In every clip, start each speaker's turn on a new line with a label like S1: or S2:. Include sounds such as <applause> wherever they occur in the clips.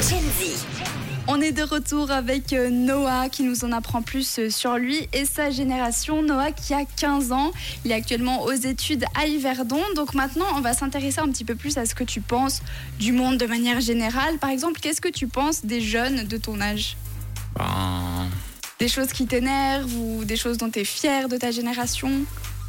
S1: Gen Z.
S2: On est de retour avec euh, Noah qui nous en apprend plus euh, sur lui et sa génération. Noah qui a 15 ans, il est actuellement aux études à Yverdon. Donc maintenant, on va s'intéresser un petit peu plus à ce que tu penses du monde de manière générale. Par exemple, qu'est-ce que tu penses des jeunes de ton âge
S3: Ben,
S2: Des choses qui t'énervent ou des choses dont tu es fier de ta génération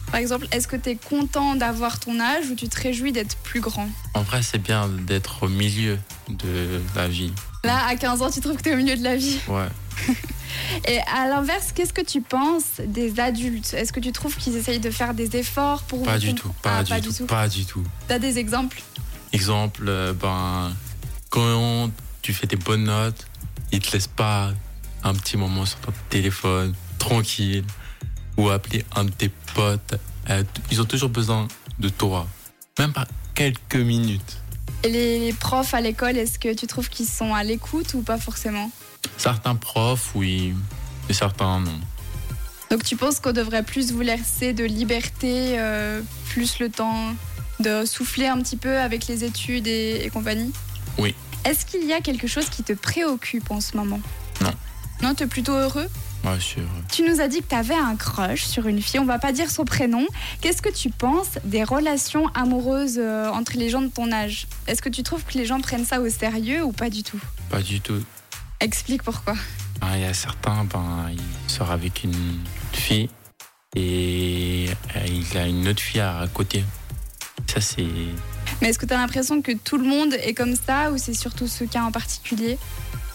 S2: Par exemple, est-ce que tu es content d'avoir ton âge ou tu te réjouis d'être plus grand
S3: en vrai, c'est bien d'être au milieu de la vie.
S2: Là, à 15 ans, tu trouves que tu es au milieu de la vie
S3: Ouais.
S2: Et à l'inverse, qu'est-ce que tu penses des adultes Est-ce que tu trouves qu'ils essayent de faire des efforts pour...
S3: Pas
S2: vous
S3: du
S2: comp-
S3: tout,
S2: Ah,
S3: pas du tout, pas du tout.
S2: T'as des exemples
S3: Exemple, euh, ben, quand tu fais des bonnes notes, ils te laissent pas un petit moment sur ton téléphone, tranquille, ou appeler un de tes potes. Euh, t- Ils ont toujours besoin de toi, même pas quelques minutes.
S2: Et les, les profs à l'école, est-ce que tu trouves qu'ils sont à l'écoute ou pas forcément
S3: Certains profs, oui, et certains, non.
S2: Donc tu penses qu'on devrait plus vous laisser de liberté, euh, plus le temps de souffler un petit peu avec les études et, et compagnie
S3: Oui.
S2: Est-ce qu'il y a quelque chose qui te préoccupe en ce moment
S3: Non.
S2: Non, t'es plutôt heureux
S3: Ouais, c'est vrai.
S2: Tu nous as dit que tu avais un crush sur une fille, on va pas dire son prénom. Qu'est-ce que tu penses des relations amoureuses euh, entre les gens de ton âge Est-ce que tu trouves que les gens prennent ça au sérieux ou pas du tout
S3: Pas du tout.
S2: Explique pourquoi.
S3: Ben, Il y a certains, ben, il sort avec une fille et euh, il a une autre fille à à côté. Ça, c'est.
S2: Mais est-ce que tu as l'impression que tout le monde est comme ça ou c'est surtout ce cas en particulier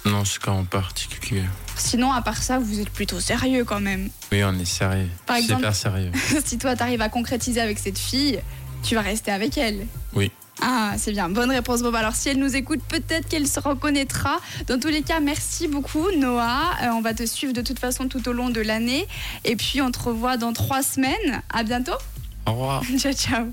S3: Non, ce cas en particulier.
S2: Sinon, à part ça, vous êtes plutôt sérieux quand même.
S3: Oui, on est sérieux.
S2: Par exemple-
S3: Super sérieux.
S2: <laughs> si toi, tu arrives à concrétiser avec cette fille, tu vas rester avec elle.
S3: Oui.
S2: Ah, c'est bien. Bonne réponse, Bob. Alors, si elle nous écoute, peut-être qu'elle se reconnaîtra. Dans tous les cas, merci beaucoup, Noah. Euh, on va te suivre de toute façon tout au long de l'année. Et puis, on te revoit dans trois semaines. À bientôt. <laughs>
S3: Au revoir.
S2: ciao, ciao.